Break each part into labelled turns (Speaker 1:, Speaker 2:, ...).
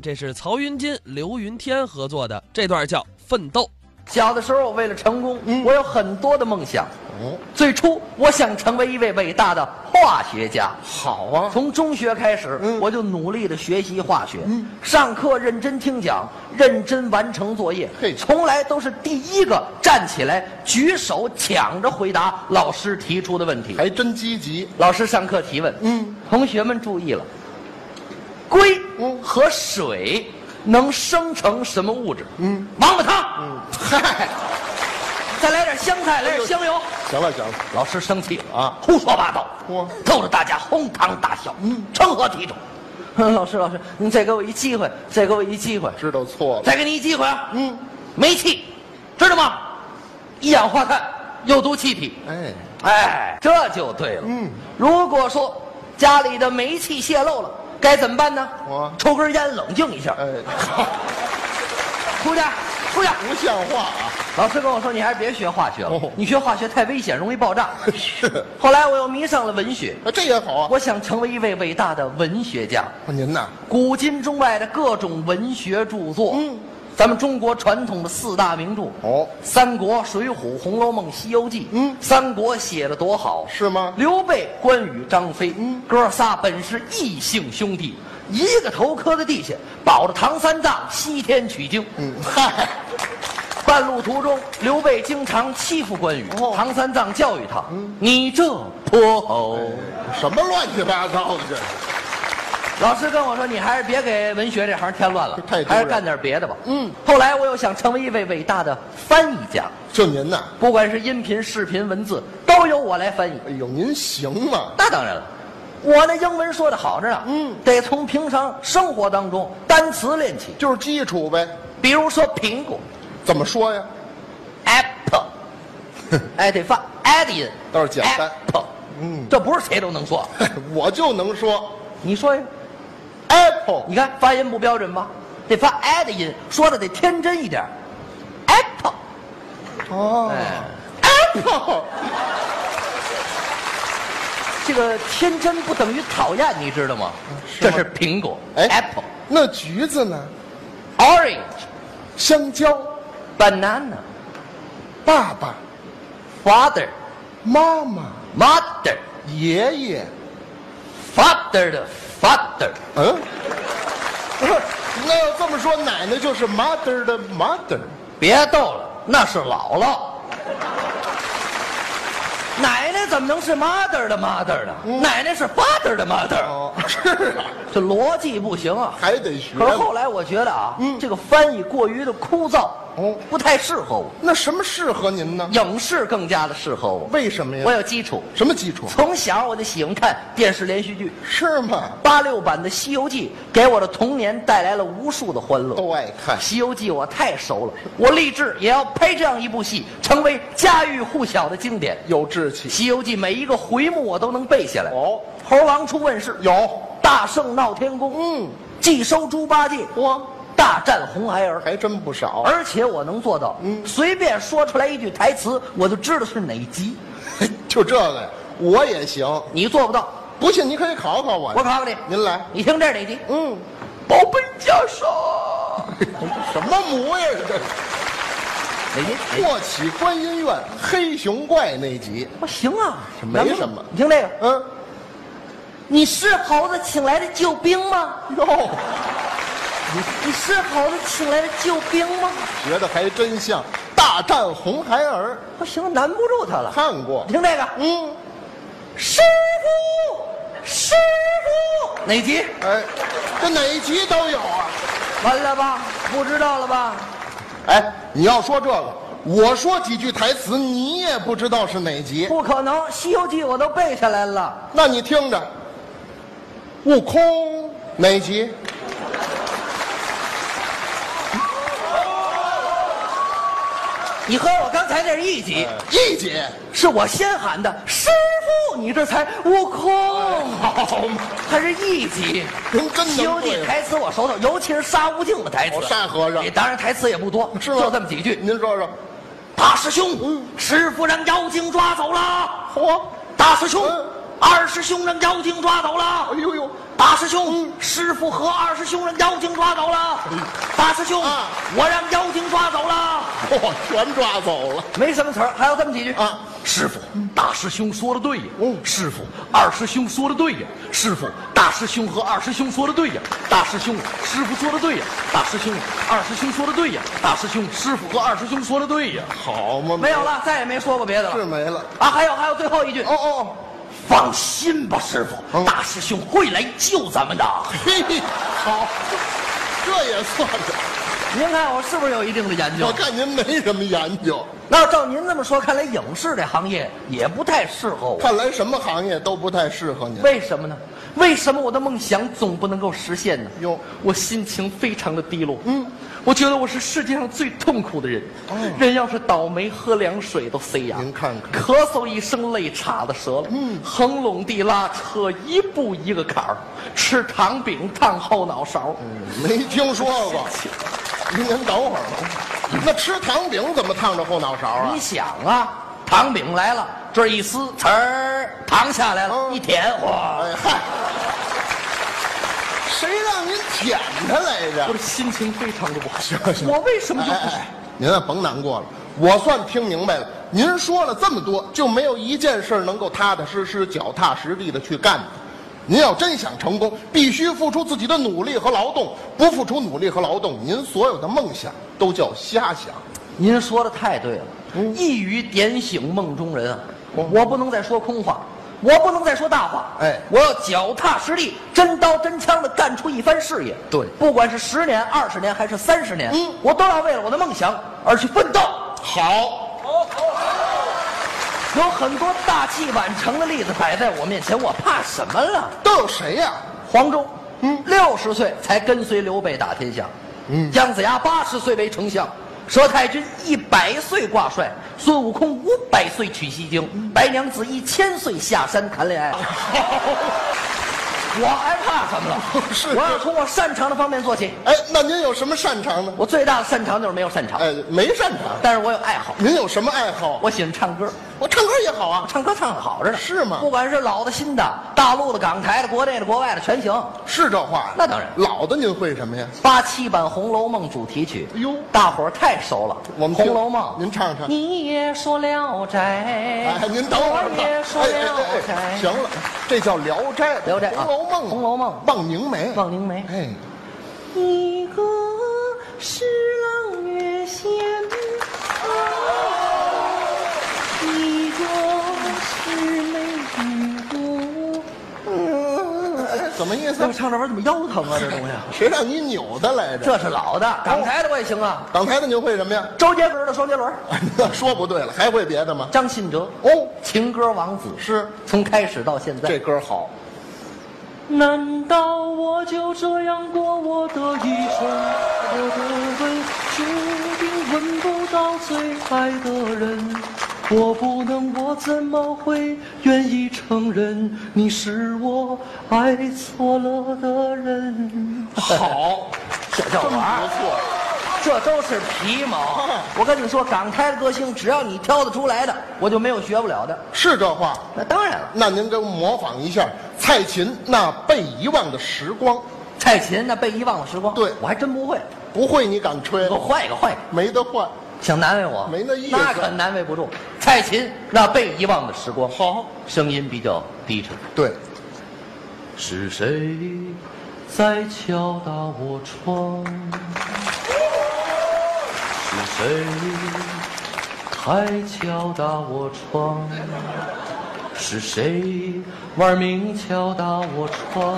Speaker 1: 这是曹云金、刘云天合作的，这段叫《奋斗》。
Speaker 2: 小的时候，我为了成功，
Speaker 3: 嗯
Speaker 2: 我有很多的梦想。
Speaker 3: 哦，
Speaker 2: 最初，我想成为一位伟大的化学家。
Speaker 3: 好啊，
Speaker 2: 从中学开始，
Speaker 3: 嗯
Speaker 2: 我就努力的学习化学，
Speaker 3: 嗯
Speaker 2: 上课认真听讲，认真完成作业，
Speaker 3: 嘿
Speaker 2: 从来都是第一个站起来举手抢着回答老师提出的问题。
Speaker 3: 还真积极。
Speaker 2: 老师上课提问，
Speaker 3: 嗯，
Speaker 2: 同学们注意了，硅
Speaker 3: 嗯
Speaker 2: 和水能生成什么物质？
Speaker 3: 嗯，
Speaker 2: 王八汤。
Speaker 3: 嗯，嗨，
Speaker 2: 再来点香菜，来点香油。
Speaker 3: 行了行了，
Speaker 2: 老师生气了
Speaker 3: 啊
Speaker 2: 胡说八道
Speaker 3: 嚯，
Speaker 2: 逗得大家哄堂大笑，嗯，成何体统？ 老师，老师，你再给我一机会，再给我一机会，
Speaker 3: 知道错了。
Speaker 2: 再给你一机会啊！
Speaker 3: 嗯，
Speaker 2: 煤气，知道吗？一氧化碳有毒气体，
Speaker 3: 哎，
Speaker 2: 哎，这就对了。
Speaker 3: 嗯，
Speaker 2: 如果说家里的煤气泄漏了，该怎么办呢
Speaker 3: 我？
Speaker 2: 抽根烟冷静一下，
Speaker 3: 哎，好，
Speaker 2: 出去，出去。
Speaker 3: 不像话啊！
Speaker 2: 老师跟我说，你还是别学化学了，
Speaker 3: 哦
Speaker 2: 你学化学太危险，容易爆炸。
Speaker 3: 是
Speaker 2: 后来我又迷上了文学，
Speaker 3: 啊，这也好啊。哦
Speaker 2: 我想成为一位伟大的文学家，
Speaker 3: 您呐，
Speaker 2: 古今中外的各种文学著作，
Speaker 3: 嗯，
Speaker 2: 咱们中国传统的四大名著，
Speaker 3: 哦
Speaker 2: 三国》《水浒》《红楼梦》《西游记》，
Speaker 3: 嗯
Speaker 2: 三国写的多好，
Speaker 3: 是吗
Speaker 2: 刘备、关羽、张飞，
Speaker 3: 嗯
Speaker 2: 哥仨本是异姓兄弟，一个头磕在地下，保着唐三藏西天取经。
Speaker 3: 嗯，嗨，
Speaker 2: 半路途中，刘备经常欺负关羽，
Speaker 3: 哦
Speaker 2: 唐三藏教育他：“
Speaker 3: 嗯
Speaker 2: 你这泼猴。
Speaker 3: 哎什么乱七八糟的这是？
Speaker 2: 老师跟我说：“你还是别给文学这行添乱了
Speaker 3: 太丢，人
Speaker 2: 还是干点别的吧。”
Speaker 3: 嗯。
Speaker 2: 后来我又想成为一位伟大的翻译家，
Speaker 3: 就您呐，
Speaker 2: 不管是音频、视频、文字，都由我来翻译。
Speaker 3: 哎呦，您行吗？
Speaker 2: 那当然了，我那英文说的好着呢，
Speaker 3: 嗯
Speaker 2: 得从平常生活当中单词练起。
Speaker 3: 就是基础呗。
Speaker 2: 比如说苹果
Speaker 3: 怎么说呀？
Speaker 2: ，apple，哎，得发 a d d i
Speaker 3: 倒是简单
Speaker 2: apple，
Speaker 3: 嗯
Speaker 2: 这不是谁都能说。
Speaker 3: 我就能说
Speaker 2: 你说呀，
Speaker 3: apple
Speaker 2: 你看发音不标准吧？得发 a 的音，说的得天真一点。apple，
Speaker 3: 哦
Speaker 2: 哎
Speaker 3: apple
Speaker 2: 这个天真不等于讨厌，你知道吗？
Speaker 3: 是
Speaker 2: 这
Speaker 3: 吗
Speaker 2: 是苹果
Speaker 3: 哎
Speaker 2: ，apple，orange，
Speaker 3: 那橘子呢？香蕉，
Speaker 2: banana，father，mother，
Speaker 3: 爸爸，妈妈，爷爷，
Speaker 2: father 的 father，
Speaker 3: 嗯，不是，那要这么说，奶奶就是 mother 的 mother，
Speaker 2: 别逗了，那是姥姥。 奶奶怎么能是 mother 的 mother 呢？
Speaker 3: 嗯
Speaker 2: 奶奶是 father 的 mother，、
Speaker 3: 哦， 是啊，
Speaker 2: 这逻辑不行啊。
Speaker 3: 还得学。
Speaker 2: 可是后来我觉得啊，
Speaker 3: 嗯
Speaker 2: 这个翻译过于的枯燥，
Speaker 3: 哦
Speaker 2: 不太适合我。
Speaker 3: 那什么适合您呢？
Speaker 2: 影视更加的适合我，
Speaker 3: 为什么呀
Speaker 2: 我有基础，
Speaker 3: 什么基础？
Speaker 2: 从小我就喜欢看电视连续剧。
Speaker 3: 是吗？
Speaker 2: 八六版的《西游记》给我的童年带来了无数的欢乐。
Speaker 3: 都爱看，
Speaker 2: 《啊西游记》我太熟了，我立志也要拍这样一部戏，成为家喻户晓的经典。
Speaker 3: 有志
Speaker 2: 《
Speaker 3: 气。
Speaker 2: 西游记》每一个回目我都能背下来。
Speaker 3: 哦，
Speaker 2: 猴王出问世，
Speaker 3: 有，
Speaker 2: 大圣闹天宫，
Speaker 3: 嗯，
Speaker 2: 既收猪八戒，
Speaker 3: 哇，
Speaker 2: 大战红孩儿。
Speaker 3: 还真不少。
Speaker 2: 而且我能做到，
Speaker 3: 哦嗯
Speaker 2: 随便说出来一句台词，我就知道是哪集。
Speaker 3: 就这个呀，我也行。
Speaker 2: 你做不到，
Speaker 3: 不信你可以考考我。
Speaker 2: 我考考你，
Speaker 3: 哎您来。
Speaker 2: 你听这是哪集？
Speaker 3: 嗯，
Speaker 2: 宝贝袈裟，
Speaker 3: 什么模样？这是
Speaker 2: 哪集？
Speaker 3: 霍启观音院黑熊怪那集。
Speaker 2: 我行啊，
Speaker 3: 没什么
Speaker 2: 你听这个，
Speaker 3: 嗯，
Speaker 2: 你是猴子请来的救兵吗？
Speaker 3: 哟，
Speaker 2: 你是猴子请来的救兵吗？
Speaker 3: 学的还真像。大战红孩儿，
Speaker 2: 我行，难不住他了。
Speaker 3: 看过
Speaker 2: 你。听这个，
Speaker 3: 嗯，
Speaker 2: 师傅，师傅，哪集？
Speaker 3: 哎，这哪一集都有啊。
Speaker 2: 完了吧？不知道了吧？
Speaker 3: 哎，你要说这个，我说几句台词，你也不知道是哪集。
Speaker 2: 不可能，《西游记》我都背下来了。
Speaker 3: 那你听着，悟空哪集？
Speaker 2: 你和我刚才那是一集。
Speaker 3: 一集。
Speaker 2: 是我先喊的，师傅，你这才悟空，
Speaker 3: 好嘛，
Speaker 2: 还是一级。
Speaker 3: 您真
Speaker 2: 西游
Speaker 3: 能
Speaker 2: 记
Speaker 3: 对付。
Speaker 2: 台词我熟透，尤其是沙悟净的台词。
Speaker 3: 哦沙和尚
Speaker 2: 也当然台词也不多，
Speaker 3: 是吗？
Speaker 2: 就这么几句。
Speaker 3: 您说说，
Speaker 2: 嗯大师兄，师傅让妖精抓走了。
Speaker 3: 嚯，
Speaker 2: 大师兄
Speaker 3: 嗯，
Speaker 2: 二师兄让妖精抓走了
Speaker 3: 哎。呦呦，
Speaker 2: 大师兄，师傅和二师兄让妖精抓走了。大师兄
Speaker 3: 啊，
Speaker 2: 我让妖精抓走了。
Speaker 3: 嚯，全抓走了
Speaker 2: 没什么词儿，还有这么几句啊。
Speaker 3: 啊！
Speaker 4: 师傅，大师兄说的对呀。
Speaker 3: 嗯
Speaker 4: 师傅，二师兄说的对呀。师傅，大师兄和二师兄说的对呀。大师兄，师傅说的对呀。大师兄，二师兄说的对呀。大师兄，师傅和二师兄说的对呀。
Speaker 3: 好嘛，
Speaker 2: 没有了，再也没说过别的
Speaker 3: 是
Speaker 2: 了。
Speaker 3: 没了。
Speaker 2: 啊，还有还有最后一句
Speaker 3: 哦，哦，
Speaker 4: 放心吧，师
Speaker 3: 嗯
Speaker 4: 傅，大师兄会来救咱们的。
Speaker 3: 哦嘿嘿，好，这也算是。
Speaker 2: 您看我是不是有一定的研
Speaker 3: 我
Speaker 2: 究？
Speaker 3: 看您没什么研究，
Speaker 2: 那照您这么说，看来影视这行业也不太适合我。
Speaker 3: 看来什么行业都不太适合您。
Speaker 2: 为什么呢？为什么我的梦想总不能够实现呢？
Speaker 3: 哟
Speaker 2: 我心情非常的低落。嗯，我觉得我是世界上最痛苦的人。人要是倒霉，喝凉水都塞牙。
Speaker 3: 哦您看看
Speaker 2: 咳嗽一声，泪岔子折了。嗯，横垄地拉车，一步一个坎儿，吃糖饼烫后脑勺。
Speaker 3: 嗯没听说过。您您等会儿吧，那吃糖饼怎么烫着后脑勺啊
Speaker 2: 你？想啊，糖饼来了，这儿一撕，呲儿，糖下来了，
Speaker 3: 嗯
Speaker 2: 一舔，哇！
Speaker 3: 哎嗨，谁让您舔它来
Speaker 2: 我
Speaker 3: 着
Speaker 2: 的？心情非常的不好。
Speaker 3: 行行
Speaker 2: 我为什么就
Speaker 3: 哎
Speaker 2: 不
Speaker 3: 哎哎您啊，甭难过了，我算听明白了。您说了这么多，就没有一件事儿能够踏踏实实、脚踏实地的去干的。您要真想成功，必须付出自己的努力和劳动。不付出努力和劳动，您所有的梦想都叫瞎想。
Speaker 2: 您说的太对了，
Speaker 3: 嗯
Speaker 2: 一语点醒梦中人啊！我不能再说空话，我不能再说大话，
Speaker 3: 哦哎
Speaker 2: 我要脚踏实地，真刀真枪的干出一番事业。
Speaker 3: 对
Speaker 2: 不管是十年、二十年还是三十年，
Speaker 3: 嗯
Speaker 2: 我都要为了我的梦想而去奋斗。
Speaker 3: 好，
Speaker 2: 有很多大器晚成的例子摆在我面前，我怕什么了？
Speaker 3: 都有谁呀、
Speaker 2: 黄忠，嗯，六十岁才跟随刘备打天下，嗯，姜子牙八十岁为丞相，佘太君一百岁挂帅，孙悟空五百岁取西经，
Speaker 3: 嗯
Speaker 2: 白娘子一千岁下山谈 恋爱。我还怕什么了？
Speaker 3: 是
Speaker 2: 我要从我擅长的方面做起。
Speaker 3: 哎，那您有什么擅长呢？
Speaker 2: 我最大的擅长就是没有擅长，
Speaker 3: 哎，没擅长。
Speaker 2: 但是我有爱好，
Speaker 3: 您有什么爱好？
Speaker 2: 我喜欢唱歌。
Speaker 3: 我唱歌也好啊。
Speaker 2: 唱歌唱的好着呢，
Speaker 3: 是吗
Speaker 2: 不管是老的、新的，大陆的、港台的、国内的、国外的，全行。
Speaker 3: 是这话呀，
Speaker 2: 那当然
Speaker 3: 老的您会什么呀？
Speaker 2: 八七版《红楼梦》主题曲，
Speaker 3: 哎呦
Speaker 2: 大伙儿太熟了。
Speaker 3: 我们
Speaker 2: 红
Speaker 3: 听
Speaker 2: 楼梦》，
Speaker 3: 您唱唱
Speaker 2: 你也说《聊斋
Speaker 3: 哎，》，您等会儿吧。
Speaker 2: 我也说《
Speaker 3: 哎哎
Speaker 2: 聊
Speaker 3: 哎哎
Speaker 2: 斋》。
Speaker 3: 行了，这叫《聊斋》，
Speaker 2: 聊斋啊
Speaker 3: 红楼梦》，
Speaker 2: 红楼梦
Speaker 3: 望凝眉，
Speaker 2: 望凝眉
Speaker 3: 哎，
Speaker 2: 一个是朗月仙，一个是美女姑。
Speaker 3: 怎么意思
Speaker 2: 我？唱这玩意儿怎么腰疼啊？这东西，
Speaker 3: 谁让你扭的来着？
Speaker 2: 这是老
Speaker 3: 哦
Speaker 2: 的，港台的我也行啊。
Speaker 3: 港台的您会什么呀？
Speaker 2: 周杰伦的双杰伦，
Speaker 3: 那说不对了，还会别的吗？
Speaker 2: 张信哲，
Speaker 3: 哦，
Speaker 2: 情歌王子，
Speaker 3: 是
Speaker 2: 从开始到现在
Speaker 3: 这。歌好，
Speaker 2: 难道我就这样过我的一生？我的吻注定吻不到最爱的人，我不能，我怎么会愿意承认你是我爱错了的人？
Speaker 3: 好，
Speaker 2: 小小
Speaker 3: 真不
Speaker 2: 娃儿，
Speaker 3: 错。
Speaker 2: 这都是皮毛。 我跟你说，港台的歌星，只要你挑得出来的，我就没有学不了的。
Speaker 3: 是这话，
Speaker 2: 那当然了，
Speaker 3: 那您给我模仿一下蔡琴那被遗忘的时光，
Speaker 2: 蔡琴那被遗忘的时光，
Speaker 3: 对
Speaker 2: 我还真不会。
Speaker 3: 不会你敢吹
Speaker 2: 给我？换一个，换一个。
Speaker 3: 没得换。
Speaker 2: 想难为我？
Speaker 3: 没那意思
Speaker 2: 那可难为不住。蔡琴那被遗忘的时光，
Speaker 3: 好，
Speaker 2: 声音比较低沉。
Speaker 3: 对，
Speaker 4: 是谁？
Speaker 2: 在敲打我窗，
Speaker 4: 是谁？
Speaker 2: 还敲打我窗，
Speaker 4: 是谁？
Speaker 2: 玩命敲打我窗。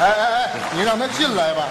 Speaker 3: 哎哎哎，你让他进来吧。